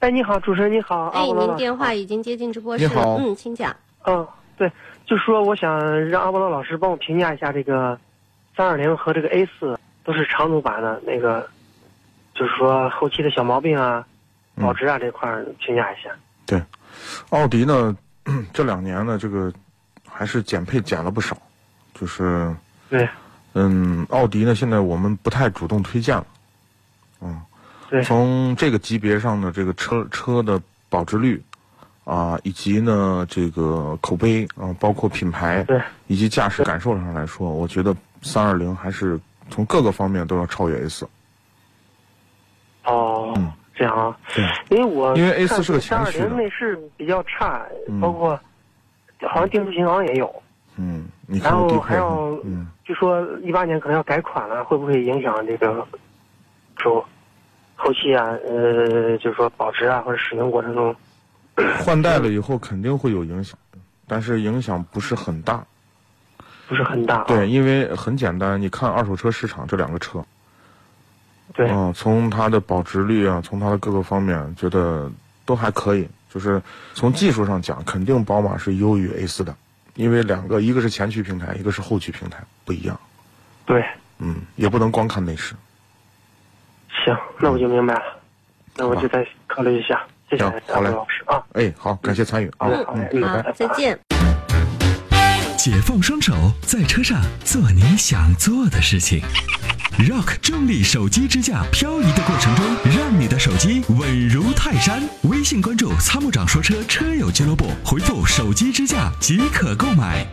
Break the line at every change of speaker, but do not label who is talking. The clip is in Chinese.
哎，你好，主持人你好，
哎，
啊，我老
您
老师
电话已经接进直播室
你好
了，嗯，请讲。
嗯，对，就说我想让阿波罗老师帮我评价一下这个三二零和这个 A 四都是长轴版的那个，就是说后期的小毛病啊、
嗯
保值啊这块儿评价一下。
奥迪呢， 这两年呢，这个还是减配减了不少，就是
对
嗯，奥迪呢，现在我们不太主动推荐了，嗯，
对
从这个级别上的这个车车的保值率啊、以及呢这个口碑啊、包括品牌
对
以及驾驶感受上来说，我觉得三二零还是从各个方面都要超越 A 四，
哦，
嗯
这样啊，
对，
因为我
因为 A4 是个
三
前
二
驱的
零内饰比较差，
嗯
包括好像定速巡航也有，
嗯，你看
然
我低
后
配
还
上
要，
嗯，
据说一八年可能要改款了，会不会影响这个说后期啊？呃，就是说保值啊，或者使用过程中，
换代了以后肯定会有影响，但是影响不是很大，
不是很大、啊。
对，因为很简单，你看二手车市场这两个车，
对
嗯、从它的保值率啊，从它的各个方面，觉得都还可以。就是从技术上讲，肯定宝马是优于 A 4的，因为两个，一个是前驱平台，一个是后驱平台，不一样。
对，
嗯，也不能光看内饰。
行，那我就明白了，那我就再考虑一下。谢谢
嗯行好嘞
梁老师啊，
哎，好，感谢参与啊
好，嘞，好嘞，嗯，
嗯，拜拜
好。，再见。
解放双手，在车上做你想做的事情。Rock 重力手机支架漂移的过程中，让你的手机稳如泰山。微信关注“参谋长说车”车友俱乐部，回复“手机支架”即可购买。